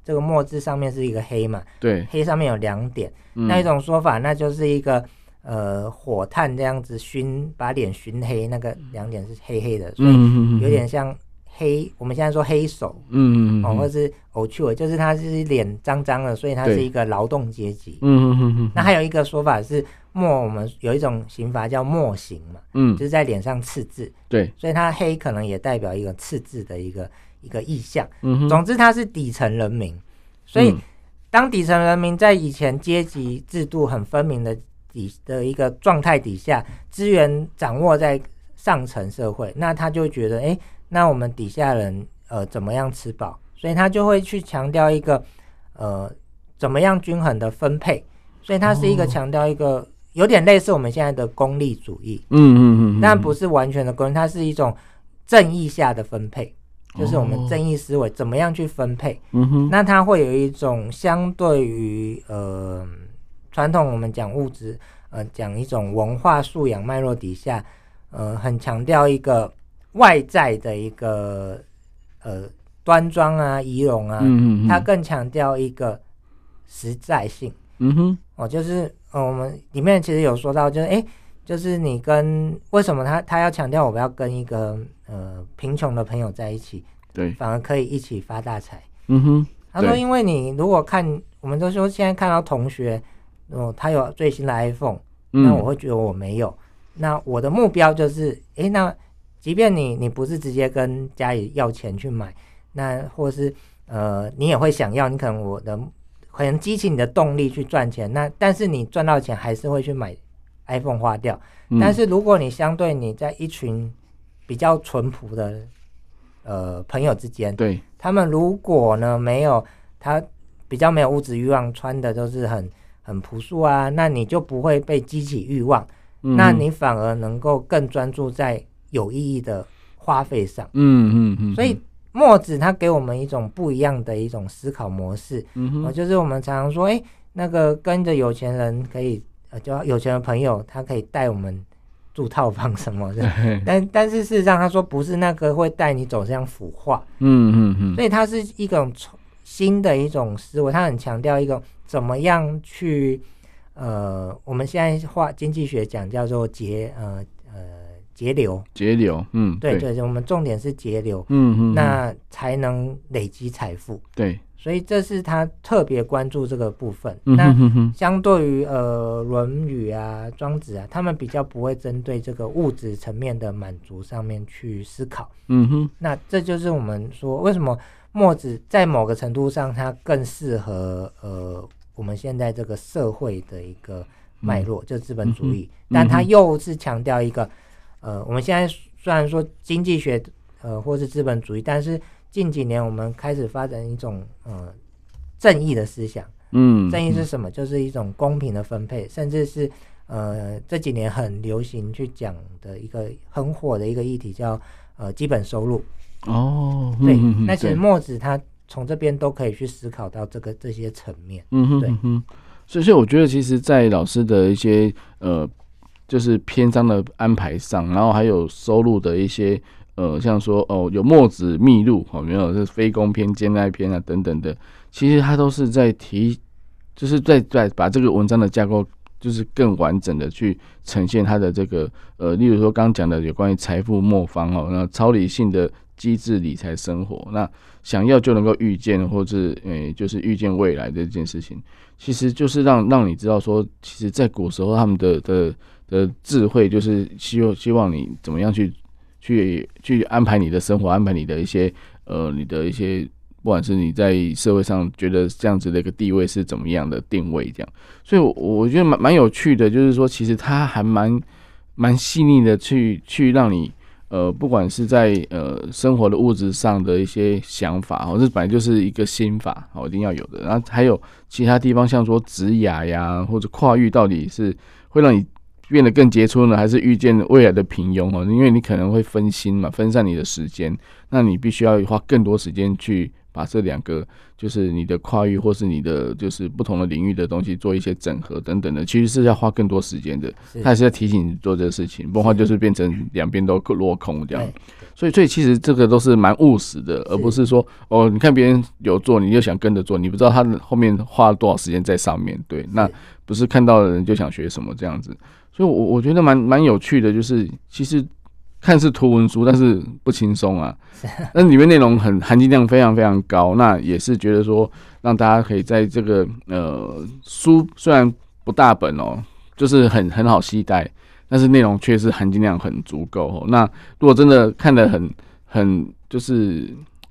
Speaker 2: 这个“墨”字上面是一个黑嘛，
Speaker 1: 对，
Speaker 2: 黑上面有两点。
Speaker 1: 嗯
Speaker 2: 那一种说法，那就是一个呃火炭这样子熏，把脸熏黑，那个两点是黑黑的，所以
Speaker 1: 嗯嗯嗯
Speaker 2: 有点像黑。我们现在说黑手，
Speaker 1: 嗯嗯嗯
Speaker 2: 哦，或是偶趣味，就是他是脸脏脏的，所以他
Speaker 1: 对
Speaker 2: 是一个劳动阶级。
Speaker 1: 嗯嗯嗯
Speaker 2: 那还有一个说法是墨，我们有一种刑罚叫墨刑嘛，
Speaker 1: 嗯嗯
Speaker 2: 就是在脸上刺字，
Speaker 1: 对，
Speaker 2: 所以它黑可能也代表一个刺字的一个一个意象。
Speaker 1: 嗯哼，嗯
Speaker 2: 总之，它是底层人民，所以当底层人民在以前阶级制度很分明的底的一个状态底下，资源掌握在上层社会，那他就觉得，哎，那我们底下人呃怎么样吃饱？所以他就会去强调一个呃怎么样均衡的分配，所以它是一个
Speaker 1: 哦
Speaker 2: 强调一个、有点类似我们现在的功利主义，
Speaker 1: 嗯嗯嗯，
Speaker 2: 但不是完全的功利，它是一种正义下的分配。
Speaker 1: 哦
Speaker 2: 就是我们正义思维怎么样去分配，
Speaker 1: 嗯哼，
Speaker 2: 那它会有一种相对于呃传统我们讲物质，呃讲一种文化素养脉络底下，呃很强调一个外在的一个呃端庄啊仪容啊，
Speaker 1: 嗯嗯，
Speaker 2: 它更强调一个实在性
Speaker 1: 嗯哼，
Speaker 2: 哦，就是呃我们里面其实有说到，就是诶，就是你跟为什么他他要强调我们要跟一个呃贫穷的朋友在一起，
Speaker 1: 对，
Speaker 2: 反而可以一起发大财。
Speaker 1: 嗯哼，
Speaker 2: 他说，
Speaker 1: 对
Speaker 2: 因为你如果看，我们都说现在看到同学，哦，他有最新的 iPhone，、那我
Speaker 1: 嗯
Speaker 2: 会觉得我没有。那我的目标就是，诶，那即便你你不是直接跟家里要钱去买，那或是呃，你也会想要，你可能我的可能激起你的动力去赚钱，那但是你赚到钱还是会去买 iPhone 花掉。但是如果你相对你在一群比较淳朴的呃朋友之间，
Speaker 1: 对，
Speaker 2: 他们如果呢没有他比较没有物质欲望，穿的都是很很朴素啊，那你就不会被激起欲望，
Speaker 1: 嗯
Speaker 2: 那你反而能够更专注在有意义的花费上。
Speaker 1: 嗯嗯嗯，
Speaker 2: 所以墨子他给我们一种不一样的一种思考模式，
Speaker 1: 嗯
Speaker 2: 呃
Speaker 1: 哼，
Speaker 2: 就是我们常常说，哎、那个跟着有钱人可以，呃，就有钱的朋友他可以带我们住套房什么的，
Speaker 1: 嗯
Speaker 2: 但但是事实上他说不是那个会带你走向腐化，
Speaker 1: 嗯嗯，
Speaker 2: 所以它是一种从新的一种思维，它很强调一种怎么样去呃，我们现在话经济学讲叫做节呃呃节流，
Speaker 1: 节流，嗯，
Speaker 2: 对对，我们重点是节流，
Speaker 1: 嗯嗯，嗯
Speaker 2: 那才能累积财富。
Speaker 1: 对，
Speaker 2: 所以这是他特别关注这个部分。
Speaker 1: 嗯
Speaker 2: 那
Speaker 1: 哼哼哼，
Speaker 2: 相对于呃《论语》啊、《庄子》啊，他们比较不会针对这个物质层面的满足上面去思考。
Speaker 1: 嗯哼，
Speaker 2: 那这就是我们说为什么墨子在某个程度上，它更适合呃我们现在这个社会的一个脉络，就资本主义，
Speaker 1: 嗯嗯哼
Speaker 2: 但它又是强调一个呃我们现在虽然说经济学呃或是资本主义，但是近几年我们开始发展一种呃正义的思想。
Speaker 1: 嗯，
Speaker 2: 正义是什么？就是一种公平的分配，甚至是呃这几年很流行去讲的一个很火的一个议题叫呃基本收入。
Speaker 1: 哦，
Speaker 2: 对，
Speaker 1: 嗯哼
Speaker 2: 那其实
Speaker 1: 对
Speaker 2: 墨子他从这边都可以去思考到这个这些层面。
Speaker 1: 嗯哼
Speaker 2: 对
Speaker 1: 嗯哼，所以所以我觉得，其实，在老师的一些呃，就是篇章的安排上，然后还有收录的一些呃，像说哦，有墨子秘录，哦，没有是非攻篇、兼爱篇啊等等的，其实他都是在提，就是在在把这个文章的架构。就是更完整的去呈现他的这个呃，例如说刚刚讲的有关于财富末方哦，那超理性的机制理财生活，那想要就能够预见，或是诶、就是预见未来这件事情，其实就是让让你知道说，其实，在古时候他们的的的智慧，就是希望希望你怎么样去去去安排你的生活，安排你的一些呃，你的一些，不管是你在社会上觉得这样子的一个地位是怎么样的定位，这样，所以我我觉得蛮蛮有趣的，就是说，其实他还蛮蛮细腻的去去让你呃，不管是在呃生活的物质上的一些想法，哦，这本来就是一个心法，哦，一定要有的。然后还有其他地方，像说职涯呀，或者跨域，到底是会让你变得更杰出呢，还是遇见未来的平庸哦？因为你可能会分心嘛，分散你的时间，那你必须要花更多时间去把这两个，就是你的跨域或是你的就是不同的领域的东西做一些整合等等的，其实是要花更多时间的。
Speaker 2: 是
Speaker 1: 他也是在提醒你做这个事情，不然的话就是变成两边都落空这样。所以，所以其实这个都是蛮务实的，而不是说哦，你看别人有做，你就想跟着做，你不知道他的后面花了多少时间在上面。对，那不是看到的人就想学什么这样子。所以我，我觉得蛮蛮有趣的，就是其实看似图文书，但是不轻松啊。那里面内容很含金量非常非常高，那也是觉得说让大家可以在这个呃书虽然不大本哦，就是很很好携带，但是内容确实含金量很足够、哦。那如果真的看得很很就是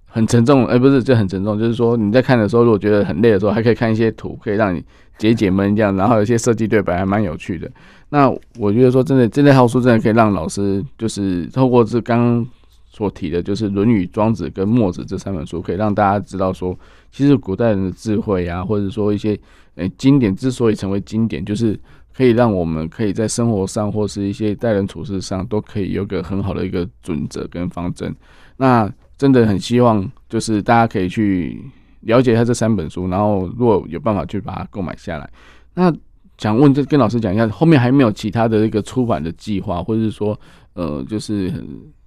Speaker 1: 很沉重，哎、不是就很沉重，就是说你在看的时候，如果觉得很累的时候，还可以看一些图，可以让你解解闷这样，然后有些设计对白还蛮有趣的。那我觉得说真的，这类好书真的可以让老师就是透过这刚刚所提的，就是《论语》《庄子》跟《墨子》这三本书，可以让大家知道说，其实古代人的智慧啊，或者说一些呃经典之所以成为经典，就是可以让我们可以在生活上或是一些待人处事上，都可以有个很好的一个准则跟方针。那真的很希望就是大家可以去了解一下这三本书，然后如果有办法去把它购买下来。那想问，这跟老师讲一下，后面还没有其他的一个出版的计划，或者是说，呃，就是呃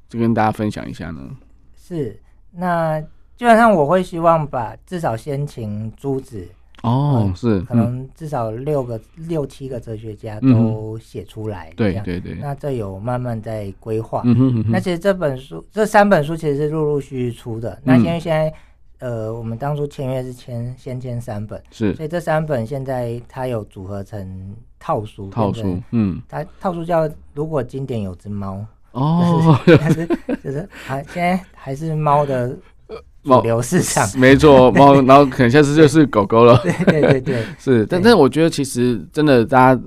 Speaker 1: 就跟大家分享一下呢？
Speaker 2: 是，那基本上我会希望把至少先请朱子，
Speaker 1: 哦，
Speaker 2: 嗯
Speaker 1: 是，
Speaker 2: 可
Speaker 1: 嗯，
Speaker 2: 能至少六个六七个哲学家
Speaker 1: 嗯哼
Speaker 2: 都写出来，这
Speaker 1: 对
Speaker 2: 样。
Speaker 1: 对对，
Speaker 2: 那这有慢慢在规划，
Speaker 1: 嗯哼嗯哼，
Speaker 2: 那其实这本书这三本书其实是陆陆续续出
Speaker 1: 嗯
Speaker 2: 的。那因为现在，呃，我们当初签约是签先签三本，
Speaker 1: 是
Speaker 2: 所以这三本现在它有组合成套书。
Speaker 1: 套
Speaker 2: 变
Speaker 1: 书
Speaker 2: 成，
Speaker 1: 嗯，
Speaker 2: 它套书叫《如果经典有只猫》，
Speaker 1: 哦，
Speaker 2: 但 是就是还现在还是猫的主
Speaker 1: 猫，
Speaker 2: 流市 场。
Speaker 1: 没错，猫，然后可能下次就是狗狗了，
Speaker 2: 对对对对，
Speaker 1: 是，但
Speaker 2: 对
Speaker 1: 但我觉得其实真的，大家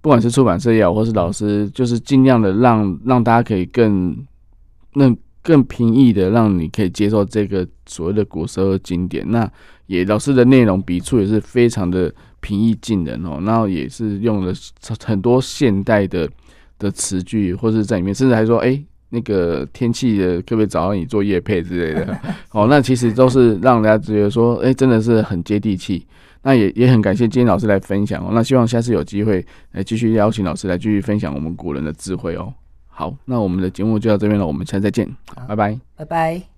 Speaker 1: 不管是出版社也好，或是老师，就是尽量的让让大家可以更那更平易的，让你可以接受这个所谓的古时候的经典。那也老师的内容笔触也是非常的平易近人哦，然后也是用了很多现代的的词句，或是在里面，甚至还说哎。那个天气的，可不可以找到你做夜配之类的？ 哦，那其实都是让人家觉得说，哎、真的是很接地气。那也也很感谢今天老师来分享哦。那希望下次有机会来继续邀请老师来继续分享我们古人的智慧哦。好，那我们的节目就到这边了，我们下次再见，
Speaker 2: 好
Speaker 1: 拜拜。
Speaker 2: 拜拜。